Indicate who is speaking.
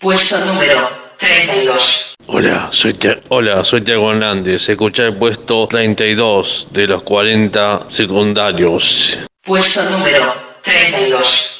Speaker 1: Puesto número 32.
Speaker 2: Hola, soy, Ti- Hola, soy Tiago Hernández. Escuché el puesto 32 de los 40 secundarios.
Speaker 1: Puesto número 32.